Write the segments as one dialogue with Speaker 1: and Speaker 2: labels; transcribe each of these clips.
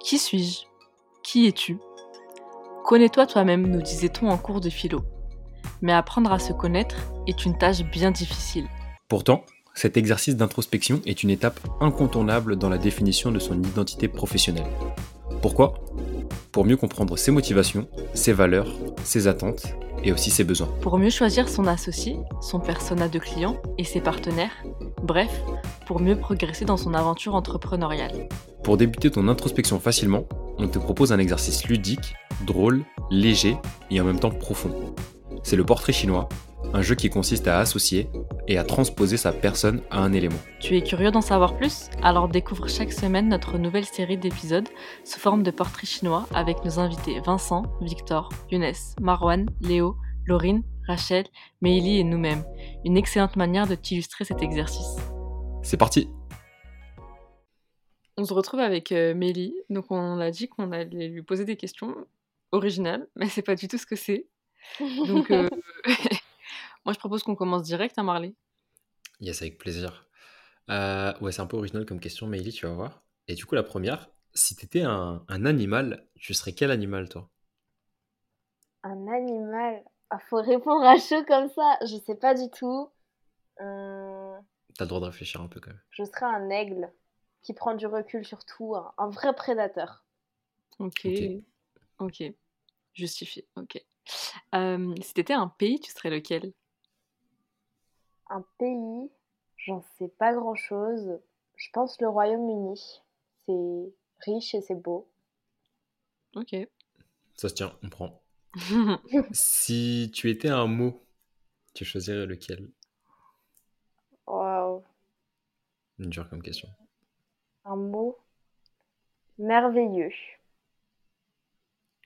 Speaker 1: Qui suis-je Qui es-tu Connais-toi toi-même, nous disait-on en cours de philo. Mais apprendre à se connaître est une tâche bien difficile.
Speaker 2: Pourtant, cet exercice d'introspection est une étape incontournable dans la définition de son identité professionnelle. Pourquoi Pour mieux comprendre ses motivations, ses valeurs, ses attentes et aussi ses besoins.
Speaker 1: Pour mieux choisir son associé, son persona de client et ses partenaires, bref, pour mieux progresser dans son aventure entrepreneuriale.
Speaker 2: Pour débuter ton introspection facilement, on te propose un exercice ludique, drôle, léger et en même temps profond. C'est le portrait chinois, un jeu qui consiste à associer et à transposer sa personne à un élément.
Speaker 1: Tu es curieux d'en savoir plus Alors découvre chaque semaine notre nouvelle série d'épisodes sous forme de portraits chinois avec nos invités Vincent, Victor, Younes, Marwan, Léo, Laurine, Rachel, Meili et nous-mêmes. Une excellente manière de t'illustrer cet exercice.
Speaker 2: C'est parti
Speaker 1: On se retrouve avec euh, Meili. Donc on a dit qu'on allait lui poser des questions originales, mais c'est pas du tout ce que c'est. Donc euh, Moi, je propose qu'on commence direct, à hein, Marley
Speaker 3: Yes, avec plaisir. Euh, ouais, c'est un peu original comme question, Meili, tu vas voir. Et du coup, la première, si t'étais un, un animal, tu serais quel animal, toi
Speaker 4: Un animal Ah, Faut répondre à chaud comme ça, je sais pas du tout. Euh,
Speaker 3: T'as le droit de réfléchir un peu quand même.
Speaker 4: je serais un aigle qui prend du recul sur tout, hein. un, un vrai prédateur.
Speaker 1: Ok. Ok. Justifié. Ok. Euh, si t'étais un pays, tu serais lequel
Speaker 4: Un pays, j'en sais pas grand chose. Je pense le Royaume-Uni. C'est riche et c'est beau.
Speaker 1: Ok.
Speaker 3: Ça se tient, on prend. si tu étais un mot, tu choisirais lequel
Speaker 4: Waouh,
Speaker 3: Une dure comme question.
Speaker 4: un mot merveilleux.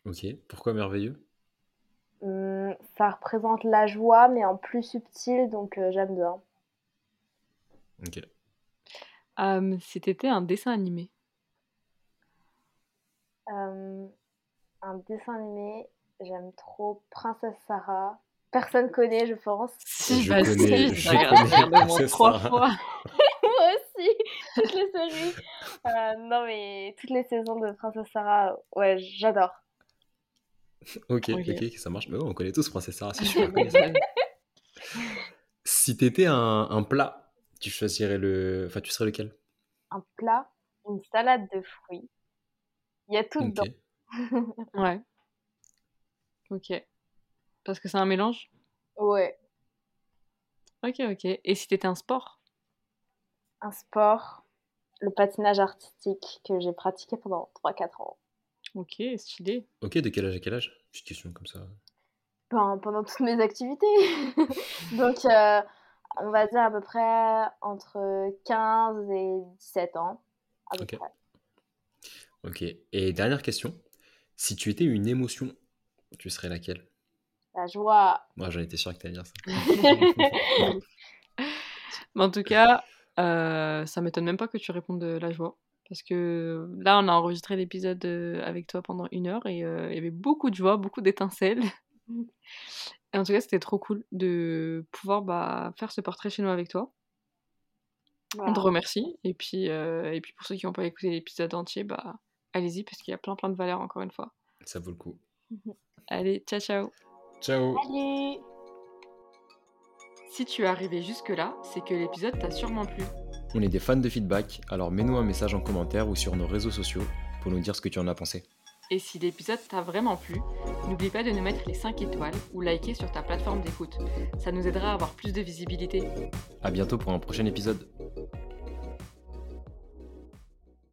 Speaker 3: Ok, pourquoi merveilleux
Speaker 4: Hum, ça représente la joie, mais en plus subtil, donc euh, j'aime bien.
Speaker 3: Ok.
Speaker 1: Euh, si t'étais un dessin animé.
Speaker 4: Euh, un dessin animé, j'aime trop Princesse Sarah. Personne connaît, je pense.
Speaker 1: Si,
Speaker 3: Je
Speaker 1: bah si,
Speaker 3: connais-
Speaker 1: je
Speaker 3: je
Speaker 1: l'ai
Speaker 3: connais
Speaker 1: regardé au moins
Speaker 3: Princesse
Speaker 1: trois
Speaker 3: Sarah.
Speaker 1: fois.
Speaker 4: Moi aussi, toutes les séries. Euh, non, mais toutes les saisons de Princesse Sarah, ouais, j'adore.
Speaker 3: Ok,
Speaker 1: Ok.
Speaker 3: ok, ça marche. Mais ouais, on connaît tous Princesse Sarah, c'est sûr. on connaît ça. si t'étais un, un plat, tu choisirais le. Enfin, tu serais lequel
Speaker 4: Un plat, une salade de fruits. Il y a tout
Speaker 3: Ok.
Speaker 4: dedans.
Speaker 1: Ouais. Ok. Parce que c'est un mélange
Speaker 4: Ouais.
Speaker 1: Ok, ok. Et si t'étais un sport
Speaker 4: Un sport, le patinage artistique que j'ai pratiqué pendant 3-4 ans.
Speaker 1: Ok, stylé.
Speaker 3: Ok, de quel âge à quel âge Petite question comme ça.
Speaker 4: Ben, pendant toutes mes activités. Donc, euh, on va dire à peu près entre 15 et 17 ans. À peu
Speaker 3: Ok.
Speaker 4: près.
Speaker 3: Ok. Et dernière question. Si tu étais une émotion, tu serais laquelle
Speaker 4: La joie.
Speaker 3: Moi, j'en étais sûr que t'allais dire ça.
Speaker 1: Mais en tout cas, euh, ça m'étonne même pas que tu répondes de la joie. Parce que euh, là, on a enregistré l'épisode euh, avec toi pendant une heure et euh, il y avait beaucoup de joie, beaucoup d'étincelles. Et en tout cas, c'était trop cool de pouvoir bah, faire ce portrait chez nous avec toi. On
Speaker 4: Voilà.
Speaker 1: te remercie. Et puis, euh, et puis pour ceux qui n'ont pas écouté l'épisode entier, bah, allez-y parce qu'il y a plein plein de valeurs encore une fois.
Speaker 3: Ça vaut le coup.
Speaker 1: Allez, ciao ciao
Speaker 3: Ciao
Speaker 4: Salut!
Speaker 1: Si tu es arrivé jusque-là, c'est que l'épisode t'a sûrement plu.
Speaker 2: On est des fans de feedback, alors mets-nous un message en commentaire ou sur nos réseaux sociaux pour nous dire ce que tu en as pensé.
Speaker 1: Et si l'épisode t'a vraiment plu, n'oublie pas de nous mettre les 5 étoiles ou liker sur ta plateforme d'écoute. Ça nous aidera à avoir plus de visibilité.
Speaker 2: À bientôt pour un prochain épisode.